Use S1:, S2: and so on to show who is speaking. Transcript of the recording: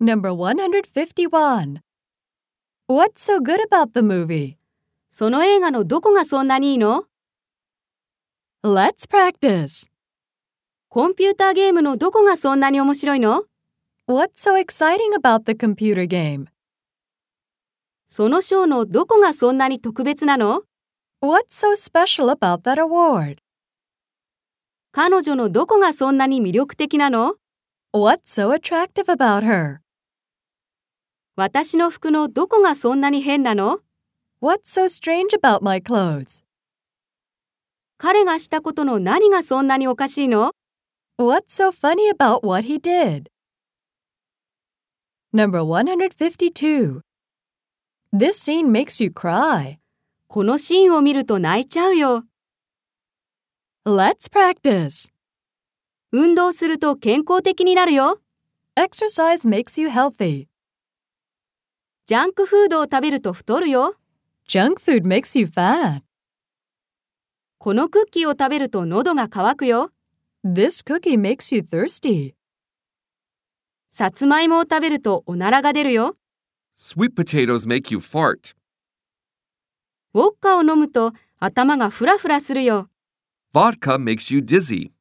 S1: Number 151. What's so good about the movie?
S2: その映画のどこがそんなにいいの
S1: Let's practice.
S2: コンピューターゲームのどこがそんなに面白いの
S1: What's so exciting about the computer game?
S2: その賞のどこがそんなに特別なの
S1: What's so special about that award?
S2: 彼女のどこがそんなに魅力的なの
S1: What's so attractive about her?
S2: 私の服のどこがそんなに変なの
S1: What's so strange about my clothes?
S2: 彼がしたことの何がそんなにおかしいの
S1: What's so funny about what he did? Number 152. This scene makes you cry.
S2: このシーンを見ると泣いちゃうよ。
S1: Let's practice.
S2: 運動すると健康的になるよ。
S1: Exercise makes you healthy.
S2: ジャンクフードを食べると太るよ。
S1: Junk food makes you fat.
S2: このクッキーを食べると喉が渇くよ。
S1: This cookie makes you thirsty.
S2: さつまいもを食べるとおならが出るよ。
S3: Sweet potatoes make you fart.
S2: ウォッカを飲むと頭がフラフラするよ。
S3: Vodka makes you dizzy.